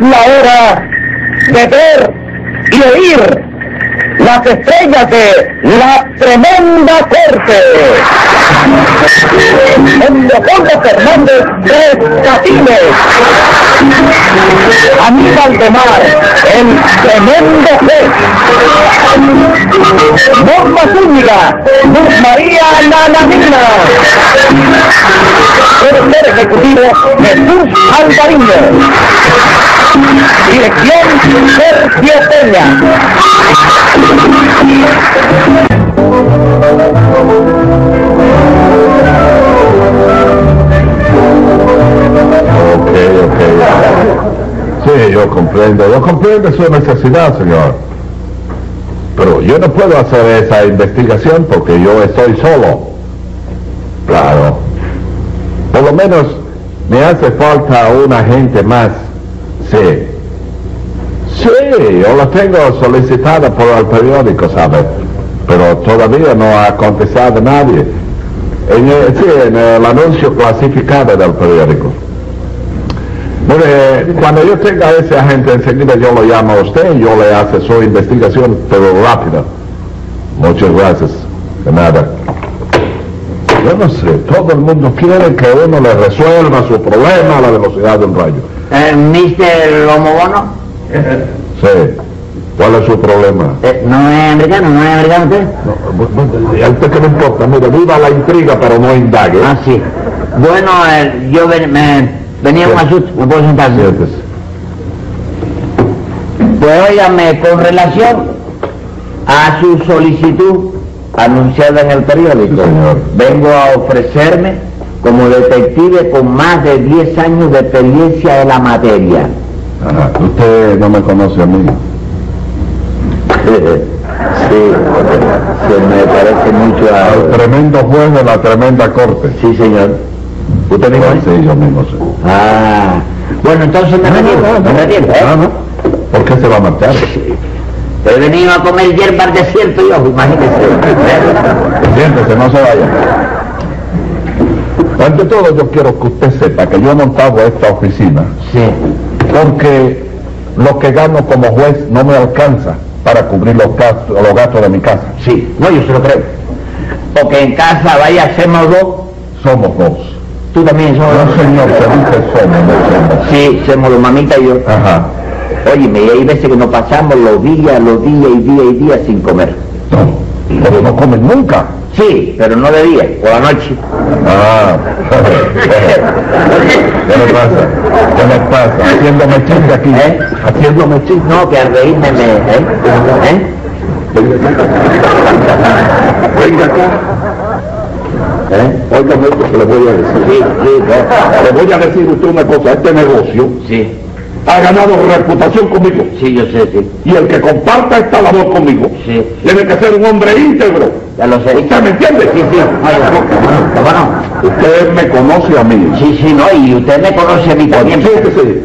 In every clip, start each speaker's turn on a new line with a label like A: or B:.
A: la hora de ver y oír las estrellas de la tremenda corte. En Leopoldo Fernández Tres Catines. Aníbal de Mar, el tremendo juez. Norma Zúñiga, Luz María Nananina. Tercer ejecutivo Jesús Alvariño. Dirección Sergio Peña.
B: Sí, yo comprendo, yo comprendo su necesidad, señor. Pero yo no puedo hacer esa investigación porque yo estoy solo. Claro. Por lo menos me hace falta un agente más. Sí. Sí, yo la tengo solicitada por el periódico, ¿sabe? Pero todavía no ha contestado nadie. En el, sí, en el anuncio clasificado del periódico. Mire, cuando yo tenga ese agente enseguida yo lo llamo a usted y yo le hace su investigación, pero rápida. Muchas gracias. De nada. Yo no sé, todo el mundo quiere que uno le resuelva su problema a la velocidad de un rayo.
C: Eh, Mr. Lomobono,
B: Sí. ¿Cuál es su problema?
C: eh, no es americano, no es americano usted.
B: No, bu- bu- a usted que no importa, mire, viva la intriga, pero no indague.
C: Ah, sí. Bueno, eh, yo ven- me, venía
B: Sí.
C: un asunto, me puedo sentar. señor?
B: Siéntese.
C: Pues óigame, con relación a su solicitud anunciada en el periódico,
B: Sí, señor.
C: vengo a ofrecerme como detective con más de 10 años de experiencia de la materia.
B: Ajá, Usted no me conoce a mí.
C: Sí, se me parece mucho
B: El tremendo juez de la tremenda corte.
C: Sí, señor. ¿Usted mismo es?
B: Sí, yo mismo sé.
C: Ah, bueno, entonces me retiro, me retiro, ¿eh?
B: No, no. ¿Por qué se va a matar?
C: He venido a comer hierba al desierto yo, imagínese.
B: Siéntese, no se vaya. Ante todo, yo quiero que usted sepa que yo he montado esta oficina
C: Sí.
B: porque lo que gano como juez no me alcanza para cubrir los gastos, los gastos de mi casa.
C: Sí, no, yo se lo creo. Porque en casa vaya a ser dos,
B: Somos dos.
C: tú también somos
B: No,
C: dos.
B: señor, se dice somos, no somos.
C: Sí, somos dos, mamita y yo.
B: Ajá.
C: Óyeme, y hay veces que nos pasamos los días, los días y días y días sin comer.
B: No, pero no comen nunca.
C: Sí, pero no de día, por la noche.
B: Ah. ¿Qué le pasa? ¿Qué le pasa? Haciéndome chisme aquí.
C: ¿Eh?
B: Haciéndome chisme.
C: No, que al reírme me... ¿eh? ¿Eh?
B: Venga acá.
C: ¿Eh?
B: Óigame lo que le voy a decir.
C: Sí, sí, claro.
B: Le voy a decir a usted una cosa. Este negocio
C: Sí,
B: ha ganado reputación conmigo.
C: sí, yo sé, sí.
B: Y el que comparta esta labor conmigo
C: Sí.
B: tiene que ser un hombre íntegro.
C: Ya lo sé.
B: ¿Usted me entiende? Ah,
C: Sí, sí. Oiga, ¿cómo no?
B: Usted me conoce a mí.
C: Sí, sí, no, y usted me conoce a mí también.
B: Fíjese,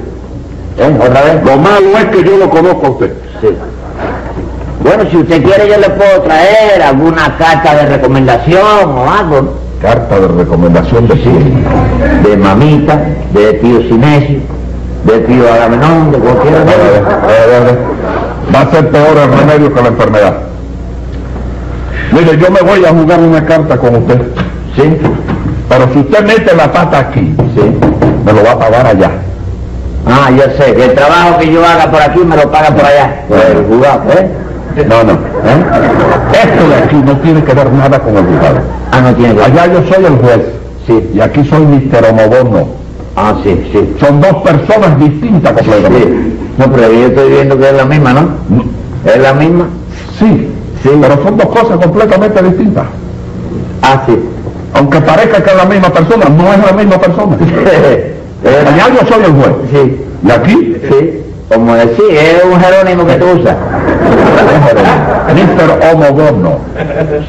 C: ¿Eh? ¿Otra vez?
B: Lo malo es que yo lo conozco a usted.
C: Sí. Bueno, si usted quiere yo le puedo traer alguna carta de recomendación o algo.
B: Carta de recomendación de sí.
C: De mamita, de tío Sinesio, de tío Agamenón, de cualquiera de ellos.
B: Va a ser peor el remedio que la enfermedad. Mire, yo me voy a jugar una carta con usted.
C: Sí,
B: Pero si usted mete la pata aquí,
C: sí.
B: me lo va a pagar allá.
C: Ah, yo sé, que el trabajo que yo haga por aquí me lo paga por allá.
B: Bueno.
C: jugado, ¿eh?
B: No, no. ¿eh? Esto de aquí no tiene que ver nada con el juzgado.
C: Ah, no tiene que...
B: Allá yo soy el juez
C: Sí.
B: y aquí soy Mr. Homobono.
C: Ah, sí, sí.
B: Son dos personas distintas completamente.
C: Sí. No, pero yo estoy viendo que es la misma, ¿no? ¿Es la misma?
B: Mm. Sí, sí, pero son dos cosas completamente distintas.
C: Ah, sí.
B: Aunque parezca que es la misma persona, no es la misma persona.
C: Es la-
B: Allá yo soy el juez.
C: Eh, Sí,
B: ¿Y aquí?
C: sí. Como decir, es un jerónimo que tú usas.
B: Mr. Homogono,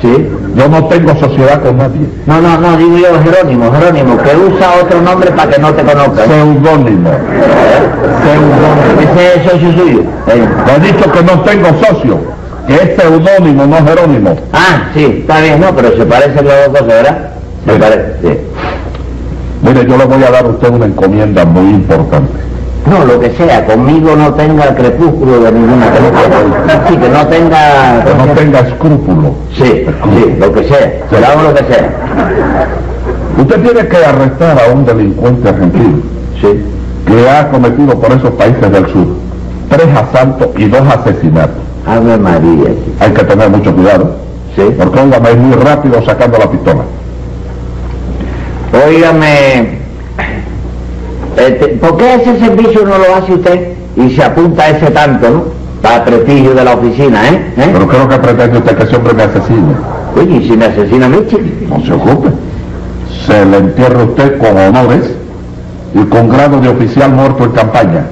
C: Sí.
B: yo no tengo sociedad con nadie.
C: No, no, no, digo yo Jerónimo, Jerónimo, que usa otro nombre para que no te conozcan.
B: Seudónimo. Seudónimo.
C: Ese es socio suyo. Eh.
B: Le he dicho que no tengo socio, que es seudónimo, no Jerónimo.
C: Ah, sí, está bien, no, pero se parecen las dos cosas, ¿verdad? Se
B: Sí.
C: parecen, sí.
B: Mire, yo le voy a dar a usted una encomienda muy importante.
C: No, lo que sea, conmigo no tenga crepúsculo de ninguna clase. Sí, que no tenga...
B: Que no tenga escrúpulo.
C: Sí, sí, lo que sea, se lo hago lo que sea.
B: Usted tiene que arrestar a un delincuente argentino
C: Sí,
B: que ha cometido por esos países del sur tres asaltos y dos asesinatos.
C: Ave María, sí.
B: Hay que tener mucho cuidado,
C: sí.
B: porque un gama es muy rápido sacando la pistola.
C: Óigame, este, ¿por qué ese servicio no lo hace usted y se apunta a ese tanto, no? Para prestigio de la oficina, ¿eh? ¿Eh?
B: Pero creo que pretende usted que ese hombre me asesine.
C: Oye, ¿y si me asesina a mí, chico?
B: No se ocupe. Se le entierra a usted con honores y con grado de oficial muerto en campaña.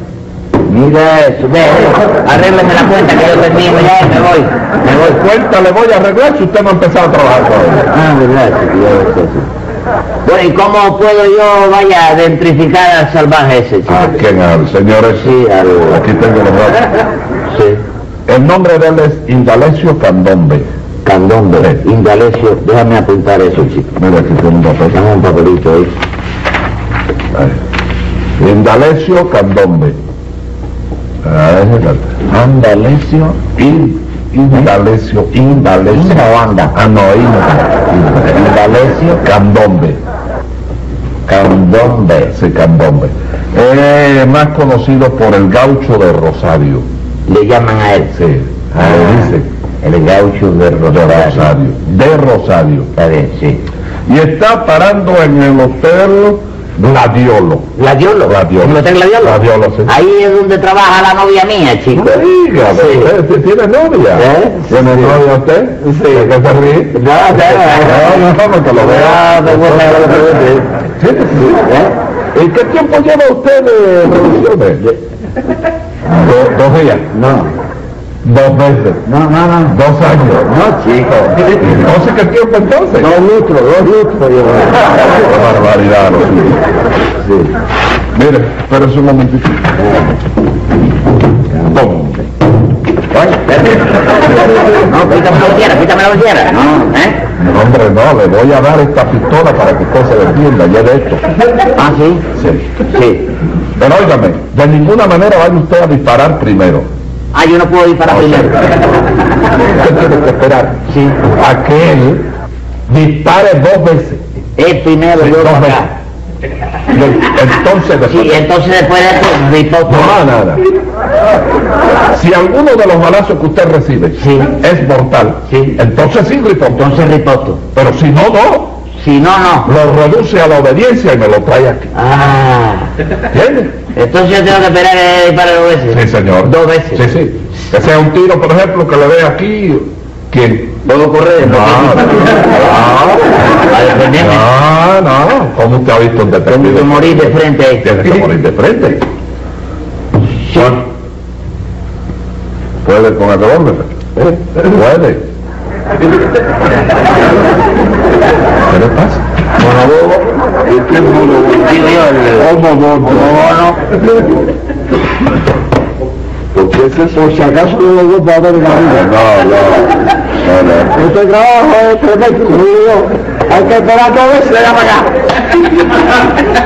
C: Mira eso, ve, ve, arrégleme la cuenta que yo termino ya y me voy, me voy.
B: Cuenta le voy a arreglar si usted no ha empezado a trabajar todavía.
C: Ah, verdad, chico, ya ves eso. Bueno, ¿y cómo puedo yo, vaya, a dentrificar al salvaje ese, chico?
B: ¿A quién habla, señores?
C: Sí, al...
B: Aquí tengo los datos.
C: Sí.
B: El nombre de él es Indalecio Candombe.
C: Candombe, Indalecio, déjame apuntar eso, chico.
B: Mira aquí tengo un papel.
C: Dame un papelito ahí.
B: Ahí. Indalecio Candombe. Ah, ese es el- Indalecio, In- Indalecio, Indalecio.
C: Inda o anda.
B: Ah, no, Inda. Indalecio Candombe. Candombe. Sí, Candombe. Eh, más conocido por el gaucho de Rosario.
C: Le llaman a él.
B: Sí,
C: Ah,
B: le dicen.
C: El gaucho de
B: De
C: Rosario.
B: Rosario. De Rosario.
C: Está bien, sí.
B: Y está parando en el hotel Gladiolo.
C: Gladiolo.
B: Gladiolo.
C: ¿El hotel Gladiolo?
B: Gladiolo, sí.
C: Ahí es donde trabaja la novia mía, chico.
B: Usted diga,
C: Sí.
B: usted tiene novia.
C: ¿Eh?
B: ¿Tiene
C: Sí.
B: novia usted?
C: Sí.
B: ¿De qué se ríe?
C: No, no, no.
B: No, no, porque lo vea.
C: No, no, no, no, no, no.
B: Sí, sí. ¿eh? ¿Y qué tiempo lleva usted de revoluciones? Do- dos días.
C: No,
B: Dos meses.
C: no, no, no.
B: Dos años.
C: No, chico.
B: Entonces, ¿qué tiempo entonces?
C: Dos litros, dos litros yo.
B: Qué barbaridad, lo suyo.
C: Sí.
B: Mire, espérese un momentito. Toma.
C: Oye, espérate. No, quítame la bolsera, quítame la bolsera. No, ¿eh?
B: No, hombre, no, le voy a dar esta pistola para que usted se defienda, ya de hecho.
C: Ah, sí.
B: Sí.
C: Sí.
B: Pero óigame, de ninguna manera vaya usted a disparar primero.
C: Ah, yo no puedo ir para primero.
B: Usted tiene que esperar
C: Sí.
B: a que él dispare dos veces.
C: Es primero, yo
B: Dos
C: para
B: veces.
C: acá.
B: Y Entonces, después...
C: Sí, entonces después de eso,
B: No,
C: ripopo.
B: nada, nada. Si alguno de los balazos que usted recibe
C: Sí.
B: es mortal,
C: Sí.
B: entonces sí, Grifondo.
C: Entonces riposto.
B: Pero si no, no.
C: Si no, no.
B: Lo reduce a la obediencia y me lo trae aquí.
C: Ah.
B: ¿Entiende?
C: Entonces yo tengo que esperar que dispare dos veces.
B: Sí, señor.
C: Dos veces.
B: Sí, sí. Que sea un tiro, por ejemplo, que le dé aquí. ¿Quién? Ah,
C: ¿Puedo correr?
B: No, no,
C: A defenderme.
B: no, Ah, no. ¿Cómo usted ha visto un
C: Tengo que
B: detective?
C: morir de frente.
B: Tiene que morir de frente.
C: Sí.
B: Puede con el revólver. Puede. ¿Qué le pasa?
C: Digo yo, el-
B: Monodono. Porque ese por si acaso no lo voy a ver en la vida. No, no. no, no. Este trabajo es tremendo. Hay que esperar dos veces. Venga para acá.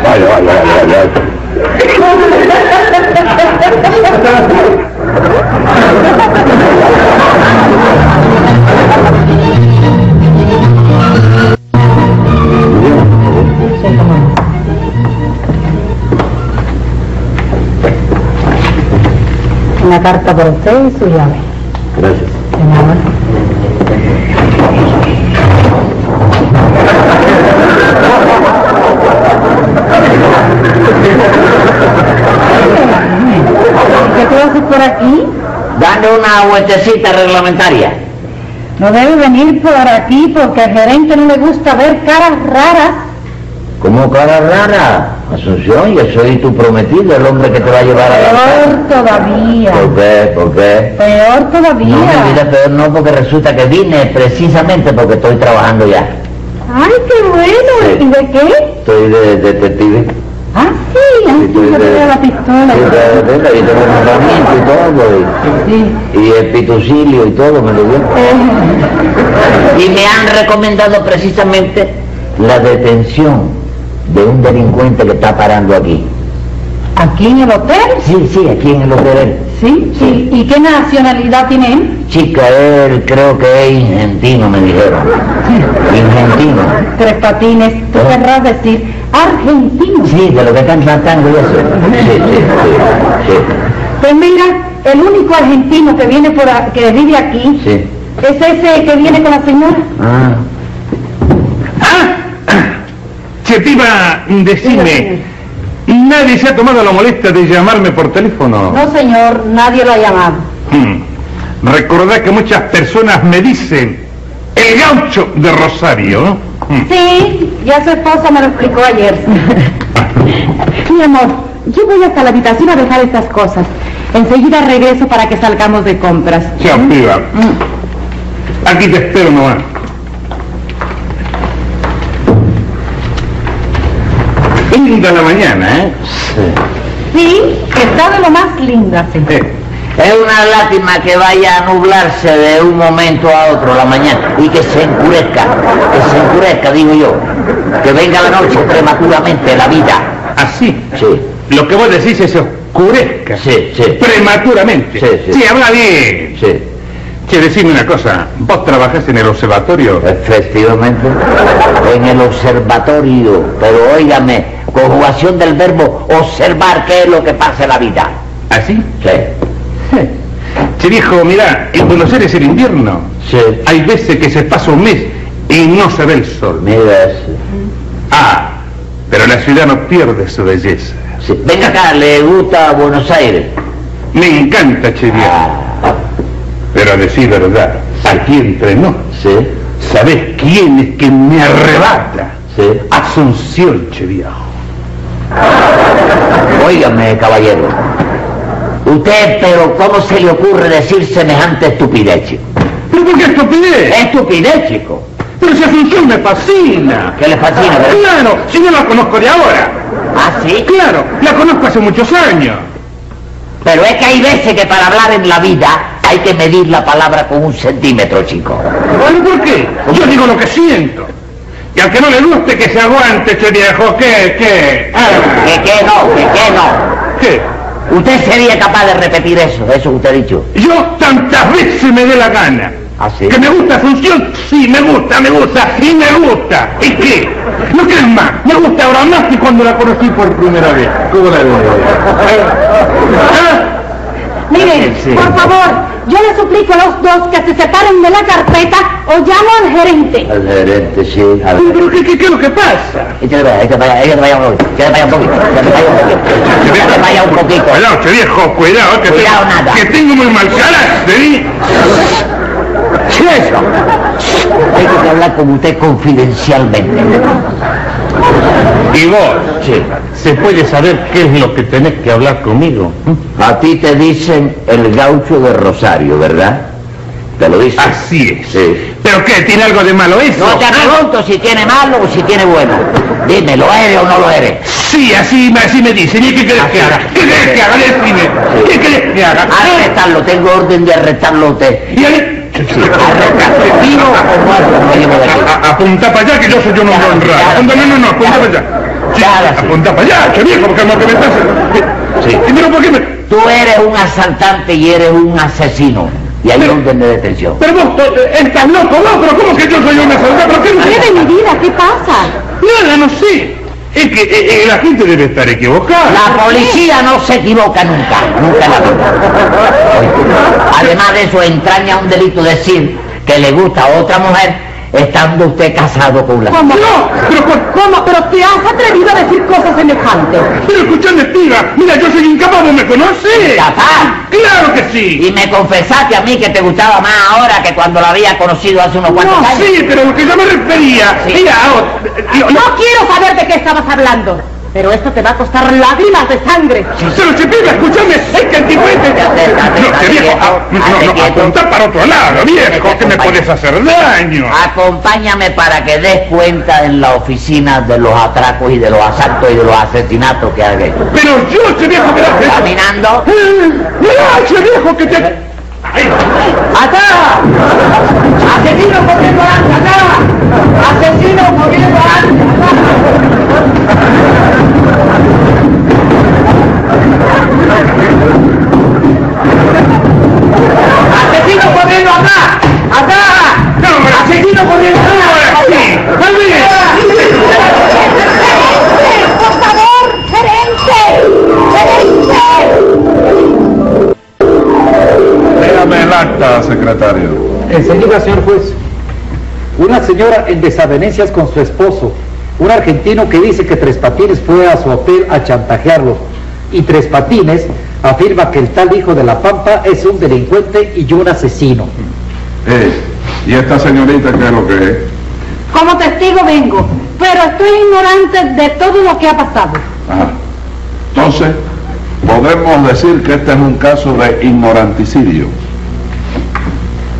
B: Vaya, vaya, vaya, vaya.
D: Una carta para usted y su llave.
C: Gracias.
D: De nada. ¿Qué tú haces por aquí?
C: Dando una vueltecita reglamentaria.
D: No debe venir por aquí porque al gerente no le gusta ver caras raras.
C: ¿Cómo cara rara? Asunción, yo soy tu prometido, el hombre que te va a llevar a la...
D: Peor todavía.
C: ¿Por qué? ¿Por qué?
D: Peor
C: No, mi
D: todavía.
C: vida peor no, porque resulta que vine precisamente porque estoy trabajando ya.
D: Ay, qué bueno.
C: Sí.
D: ¿Y de qué?
C: Estoy de detective.
D: Ah, sí. Ay, sí,
C: tú
D: yo
C: de-
D: te veo la
C: Sí, de
D: pistola.
C: detective, y tengo un tratamiento y todo, pues,
D: Sí.
C: y, y el pitucilio y todo, me lo dio.
D: Eh.
C: Y me han recomendado precisamente la detención de un delincuente que está parando aquí.
D: ¿Aquí en el hotel?
C: Sí, sí, aquí en el hotel.
D: Sí, sí. ¿Y qué nacionalidad tiene él?
C: Chica, él creo que es argentino, me dijeron. Argentino.
D: Tres patines, tú
C: Ah.
D: querrás decir argentino.
C: Sí, de lo que están cantando y eso. Sí, sí, sí, sí.
D: Pues mira, el único argentino que viene por a- que vive aquí
C: sí.
D: es ese que viene con la señora.
C: Ah,
B: Chetiva, decime, nadie se ha tomado la molestia de llamarme por
C: Ah.
B: teléfono.
D: No, señor, nadie lo ha llamado.
B: Hmm. Recordad que muchas personas me dicen, el gaucho de Rosario. Hmm.
D: Sí, ya su esposa me lo explicó ayer. Mi amor, yo voy hasta la habitación a dejar estas cosas. Enseguida regreso para que salgamos de compras.
B: Ya,
C: Mm.
B: piba. Aquí te espero nomás. Linda la mañana, ¿eh?
C: sí.
D: Sí, está de lo más linda, señor.
B: Eh,
C: Es una lástima que vaya a nublarse de un momento a otro la mañana y que se encurezca, que se encurezca, digo yo, que venga la noche prematuramente la vida.
B: Así.
C: Sí,
B: Lo que vos decís es oscurezca.
C: sí, sí,
B: Prematuramente.
C: Sí, sí.
B: habla bien.
C: sí,
B: Che, decime una cosa. ¿Vos trabajás en el observatorio?
C: efectivamente, en el observatorio, pero óigame, conjugación del verbo observar qué es lo que pasa en la vida.
B: ¿Así?
C: Sí,
B: ¿Ah, Che, viejo, mirá, en Buenos Aires el invierno.
C: sí,
B: Hay veces que se pasa un mes y no se ve el sol.
C: mira, eso.
B: Ah, pero la ciudad no pierde su belleza.
C: Sí. venga acá, ¿le gusta Buenos Aires?
B: Me encanta, che, viejo.
C: Ah,
B: Pero a decir verdad, aquí entre nos,
C: sí,
B: ¿sabés quién es que me arrebata?
C: sí.
B: Asunción, che, viejo.
C: Óigame, caballero. Usted, pero ¿cómo se le ocurre decir semejante estupidez, chico?
B: ¿Pero por qué estupidez?
C: Estupidez, chico.
B: Pero si Asunción me fascina.
C: ¿Qué le fascina? verdad?
B: Claro, si yo la conozco de ahora.
C: ¿Ah, sí?
B: Claro, la conozco hace muchos años.
C: Pero es que hay veces que para hablar en la vida hay que medir la palabra con un centímetro, chico.
B: ¿Bueno, por qué? Yo digo lo que siento. Y al que no le guste que se aguante, che viejo, ¿qué, qué? Ah,
C: Que qué no, que qué no.
B: ¿Qué?
C: Usted sería capaz de repetir eso, eso que usted ha dicho.
B: Yo tantas veces me dé la gana.
C: ¿Ah, sí?
B: ¿Que me gusta Asunción? Sí, me gusta, me gusta, y me gusta. ¿Y qué? No crees más, me gusta ahora más que cuando la conocí por primera vez. ¿Cómo la ¿Eh?
D: Miren,
C: Sí.
D: por favor, yo le suplico a los dos que se separen de la carpeta o llamo al gerente.
C: Al gerente, sí, al
B: ¿Pero qué, qué, qué es lo que pasa?
C: Échale para allá, échale para allá, échale para allá un poquito, échale para allá un poquito, échale para allá un poquito, échale para allá un poquito.
B: Cuidado, che viejo, cuidado, que,
C: Cuidado,
B: tengo,
C: nada.
B: que tengo muy mal carácter. ¿eh?
C: ¡Silencio! Tengo que hablar con usted confidencialmente.
B: Y vos,
C: Sí.
B: ¿se puede saber qué es lo que tenés que hablar conmigo?
C: A ti te dicen el gaucho de Rosario, ¿verdad? ¿Te lo dicen?
B: Así es.
C: Sí.
B: ¿Pero qué? ¿Tiene algo de malo eso?
C: No te pregunto si tiene malo o si tiene bueno. Dime, ¿lo eres o no lo eres?
B: Sí, así, me- así me dicen. ¿Y qué querés que haga? ¿Qué querés que haga? Decime. ¿Qué querés que haga?
C: Arrestarlo, tengo orden de arrestarlo a usted.
B: ¿Y ale-
C: Arrestarlo vivo o muerto, me llevo de aquí.
B: A- a- Apuntá para allá que yo soy un hombre
C: Ya,
B: honrado.
C: ya,
B: Apunta- no, no, no,
C: ya,
B: apuntá
C: ya.
B: para allá. Sí,
C: Ya, ahora sí.
B: apuntá para allá, che viejo, porque no te metas.
C: Sí.
B: Y pero ¿por qué me...?
C: Tú eres un asaltante y eres un asesino. Y hay
B: Pero-
C: orden de detención.
B: Pero vos, eh, estás loco, vos, pero ¿cómo que yo soy un asaltante? ¿Pero qué
D: ¿Qué de mi vida? ¿Qué pasa?
B: Nada, no sé. Es que eh, eh, la gente debe estar equivocada.
C: La policía no se equivoca nunca, nunca en la vida. Además de eso, entraña un delito decir que le gusta a otra mujer estando usted casado con la
D: ¿Cómo?
B: No, pero, por-
D: ¿Cómo? ¿Pero te has atrevido a decir cosas semejantes?
B: pero escuchame, piba, mira, yo soy incapaz, ¿vos me conoces?
C: Capaz.
B: ¡Claro que sí!
C: Y me confesaste a mí que te gustaba más ahora que cuando la había conocido hace unos cuantos
D: No,
C: años.
B: Sí, pero lo que yo me refería
C: Sí.
B: era a otro- lo-
D: No
B: lo-
D: quiero saber de qué estabas hablando, pero esto te va a costar lágrimas de sangre.
B: Pero che, piba, escuchame, es que anticuete...
C: Ya sé, date,
B: No,
C: date
B: che, viejo,
C: quieto,
B: ah,
C: date
B: no, no,
C: quieto.
B: apuntá para otro lado, viejo, que me podés hacer daño.
C: Ah. Acompáñame para que des cuenta en la oficina de los atracos y de los asaltos y de los asesinatos que has hecho.
B: Pero yo, che, viejo, mirá... que-
C: Caminando.
B: Eh, Mirá, che, viejo, que te... Ay.
C: ¡Acá! ¡Asesino corriendo adelante! ¡Acá! ¡Asesino corriendo adelante!
B: secretario.
E: Enseguida, señor juez. Una señora en desavenencias con su esposo, un argentino que dice que Tres Patines fue a su hotel a chantajearlo. Y Tres Patines afirma que el tal hijo de la Pampa es un delincuente y un asesino.
B: Eh, ¿Y esta señorita qué es lo que es?
D: Como testigo vengo, pero estoy ignorante de todo lo que ha pasado.
B: Ajá. Entonces, podemos decir que este es un caso de ignoranticidio.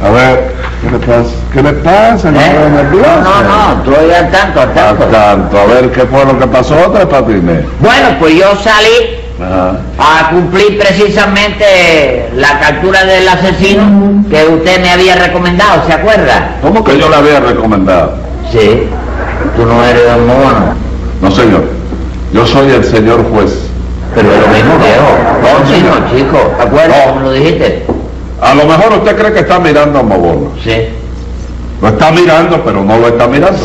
B: A ver, ¿qué le pasa? ¿Qué le pasa?
C: ¿Eh?
B: está nerviosa?
C: No, no, estoy al tanto, al
B: Al
C: tanto.
B: tanto, a ver qué fue lo que pasó, Tres Patines.
C: Bueno, pues yo salí
B: Ajá.
C: a cumplir precisamente la captura del asesino que usted me había recomendado, ¿se acuerda?
B: ¿Cómo que yo le había recomendado?
C: Sí. Tú no eres un mono.
B: No, señor. Yo soy el señor juez.
C: Pero es lo mismo que yo. No, chico, chico. ¿Te acuerdas
B: No.
C: cómo lo dijiste?
B: A lo mejor usted cree que está mirando a Mogono.
C: Sí.
B: Lo está mirando, pero no lo está mirando.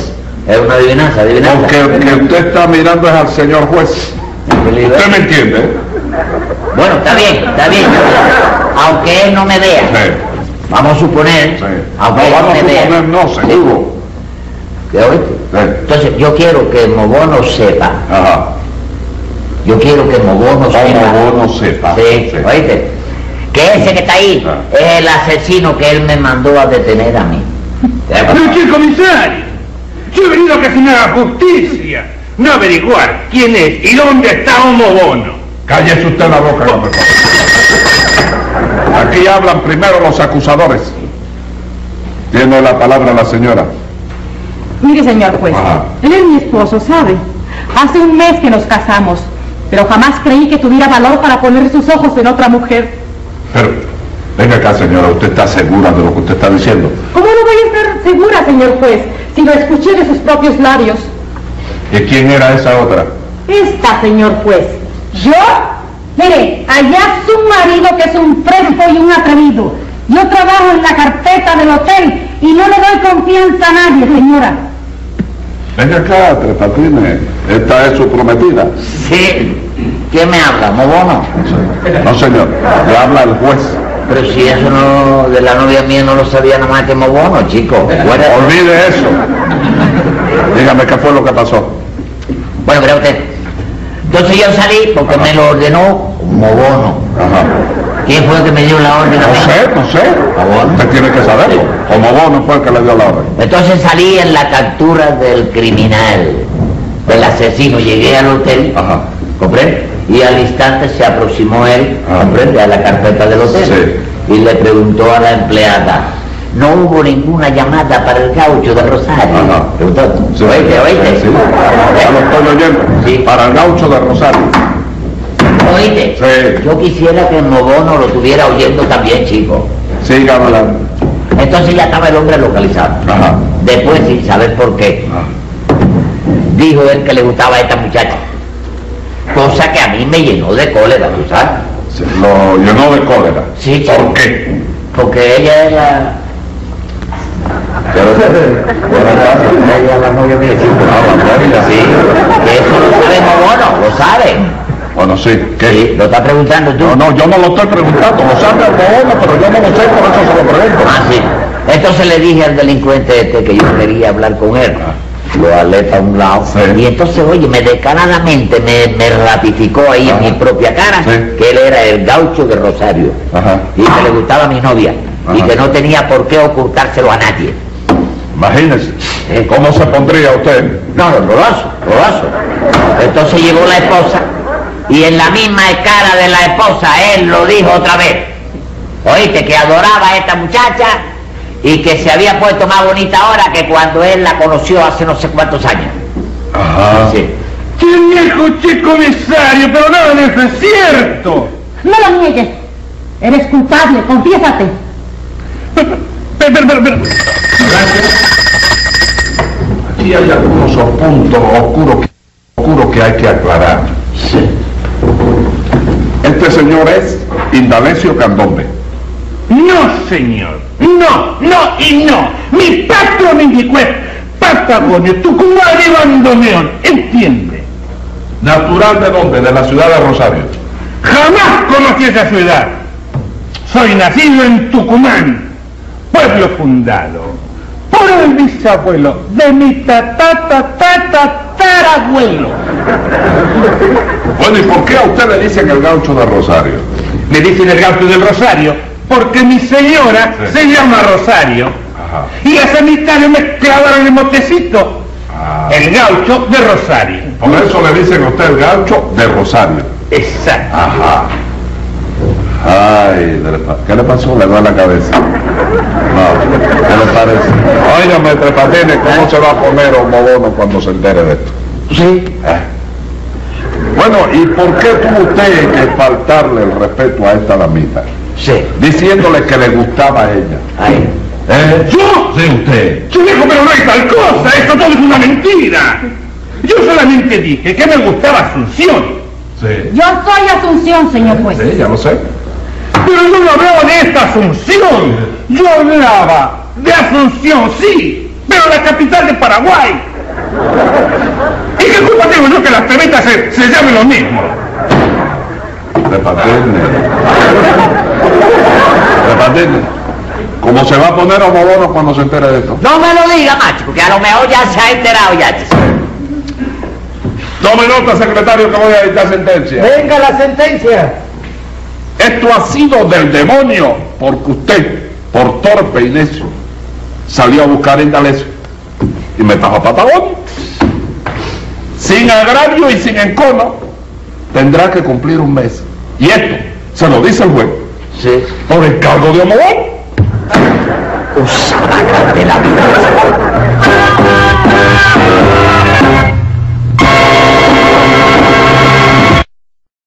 C: Es una adivinanza, adivinanza.
B: Porque el que usted está mirando es al señor juez. ¿Usted me entiende? eh?
C: Bueno, está bien, está bien. Aunque él no me vea.
B: Sí,
C: Vamos a suponer,
B: sí.
C: aunque
B: No,
C: él no
B: vamos a
C: me vea.
B: suponer, no, seguro.
C: ¿Te oíste?
B: Sí.
C: Entonces, yo quiero que Mogono sepa.
B: Ajá.
C: Yo quiero que Mogono
B: Como
C: sepa.
B: vos no sepa.
C: Sí, oíste. Que ese que está ahí
B: Ah.
C: es el asesino que él me mandó a detener a mí. ¿Te acuerdas?
F: Pero, señor comisario, yo he venido a que se me haga justicia, no averiguar quién es y dónde está Homo Bono.
B: Cállese usted la boca, hombre. Aquí hablan primero los acusadores. Tiene la palabra la señora.
D: Mire, señor juez,
B: Ajá.
D: él es mi esposo, ¿sabe? Hace un mes que nos casamos, pero jamás creí que tuviera valor para poner sus ojos en otra mujer.
B: Pero, venga acá, señora, ¿usted está segura de lo que usted está diciendo?
D: ¿Cómo no voy a estar segura, señor juez, si lo escuché de sus propios labios?
B: ¿Y quién era esa otra?
D: Esta, señor juez. ¿Yo? Mire, allá su marido que es un fresco y un atrevido. Yo trabajo en la carpeta del hotel y no le doy confianza a nadie, señora.
B: Venga acá, Tres Patines. Esta es su prometida.
C: Sí. ¿Quién me habla? ¿Mogono?
B: No, señor, le habla el juez.
C: Pero si eso no, de la novia mía no lo sabía nada más que Mogono, chico. Bueno,
B: Olvide eso. Dígame qué fue lo que pasó.
C: bueno, mira usted. Entonces yo salí porque me lo ordenó Mogono.
B: Ajá.
C: ¿Quién fue el que me dio la orden a
B: No
C: mí?
B: sé, no sé.
C: Ah,
B: Usted tiene que saberlo. Como vos no fue el que le dio la orden.
C: Entonces salí en la captura del criminal, del asesino. Llegué al hotel,
B: Ajá.
C: ¿comprende? Y al instante se aproximó él,
B: Ah.
C: ¿comprende? A la carpeta del hotel. Y le preguntó a la empleada. No hubo ninguna llamada para el gaucho de Rosario.
B: Ajá.
C: Preguntó,
B: Ah, Sí.
C: oíste, oíste. Ah,
B: Sí. Ya lo estoy oyendo.
C: Sí.
B: Para el gaucho de Rosario.
C: ¿Oíste?
B: Sí.
C: Yo quisiera que Mogono lo estuviera oyendo también, chico.
B: Siga hablando.
C: Entonces ya estaba el hombre localizado.
B: Ajá.
C: Después, sin saber por qué,
B: Ah.
C: dijo él que le gustaba a esta muchacha. Cosa que a mí me llenó de cólera, ¿tú sabes?
B: Se lo llenó de cólera.
C: Sí, chico.
B: ¿Por qué?
C: Porque ella era...
B: Pero-
C: Ella era la novia mía, sí.
B: Ah, la novia.
C: Sí, que eso lo sabe Mogono, lo sabe.
B: Bueno, sí. ¿Qué?
C: Sí, lo está preguntando tú.
B: No, no, yo no lo estoy preguntando. Lo sabe el gobierno, pero yo no lo sé, por eso se lo pregunto.
C: Ah, sí. Entonces le dije al delincuente este que yo quería hablar con él. Lo aleta a un lado.
B: Sí.
C: Y entonces, oye, me descaradamente me, me ratificó ahí
B: Ajá.
C: en mi propia cara
B: Sí.
C: que él era el gaucho de Rosario.
B: Ajá.
C: Y que le gustaba a mi novia. Y
B: Ajá.
C: que no tenía por qué ocultárselo a nadie.
B: Imagínese. ¿Cómo se pondría usted?
C: No, no, rolazo, rolazo. Entonces llegó la esposa y en la misma cara de la esposa él lo dijo otra vez. Oíste, que adoraba a esta muchacha y que se había puesto más bonita ahora que cuando él la conoció hace no sé cuántos años.
B: Ajá.
C: Sí.
F: ¡Qué viejo che comisario! Pero nada de eso es cierto.
D: No lo niegues. Eres culpable, confiésate.
F: Pero, pero, pero, pero-
B: Aquí hay algunos puntos oscuros que, oscuros que hay que aclarar. Este señor es Indalecio Candombe.
F: No, señor. No, no y no. Mi patrón indicuez, Patagonio, Tucumán y Bandoneón. ¿Entiende?
B: ¿Natural de dónde? De la ciudad de Rosario.
F: Jamás conocí esa ciudad. Soy nacido en Tucumán, pueblo fundado por el bisabuelo de mi tata tata tatarabuelo.
B: Bueno, ¿y por qué a usted le dicen el gaucho de Rosario?
F: Me dicen el gato del Rosario porque mi señora
B: Sí.
F: se llama Rosario
B: Ajá.
F: y las sanitarias me clavaron el motecito.
B: Ah,
F: El gaucho de Rosario.
B: por eso le dicen a usted el gaucho de Rosario.
F: Exacto.
B: Ajá. Ay, ¿qué le pasó? Le da la cabeza. No, ¿qué le parece? Óigame, Tres Patines, ¿cómo se va a poner Homobono cuando se entere de esto?
C: Sí.
B: Bueno, ¿y por qué tuvo usted que faltarle el respeto a esta damita?
C: Sí.
B: Diciéndole que le gustaba a ella.
C: Ahí.
B: ¿Eh? ¿Yo? Sí, usted.
F: Yo dijo, pero no hay tal cosa, esto todo es una mentira. Yo solamente dije que me gustaba Asunción,
B: Sí.
D: Yo soy Asunción, señor juez.
B: Sí, ya lo sé.
F: pero yo no hablaba de esta Asunción. Yo hablaba de Asunción, sí, pero la capital de Paraguay. ¿Y qué culpa tengo yo que las pebetas se, se llamen lo mismo?
B: Tres Patines. Tres Patines. ¿Cómo se va a poner Homobono cuando se entere de esto?
C: No me lo diga, macho, porque a lo mejor ya se ha enterado ya. chico.
B: Tome nota, secretario, que voy a dictar sentencia.
E: Venga la sentencia.
B: Esto ha sido del demonio, porque usted, por torpe y necio, salió a buscar indalecio y me trajo a Patagón. Sin agravio y sin encono, tendrá que cumplir un mes. Y esto se lo dice el juez
C: Sí.
B: por el cargo de homolón.
C: Sácate la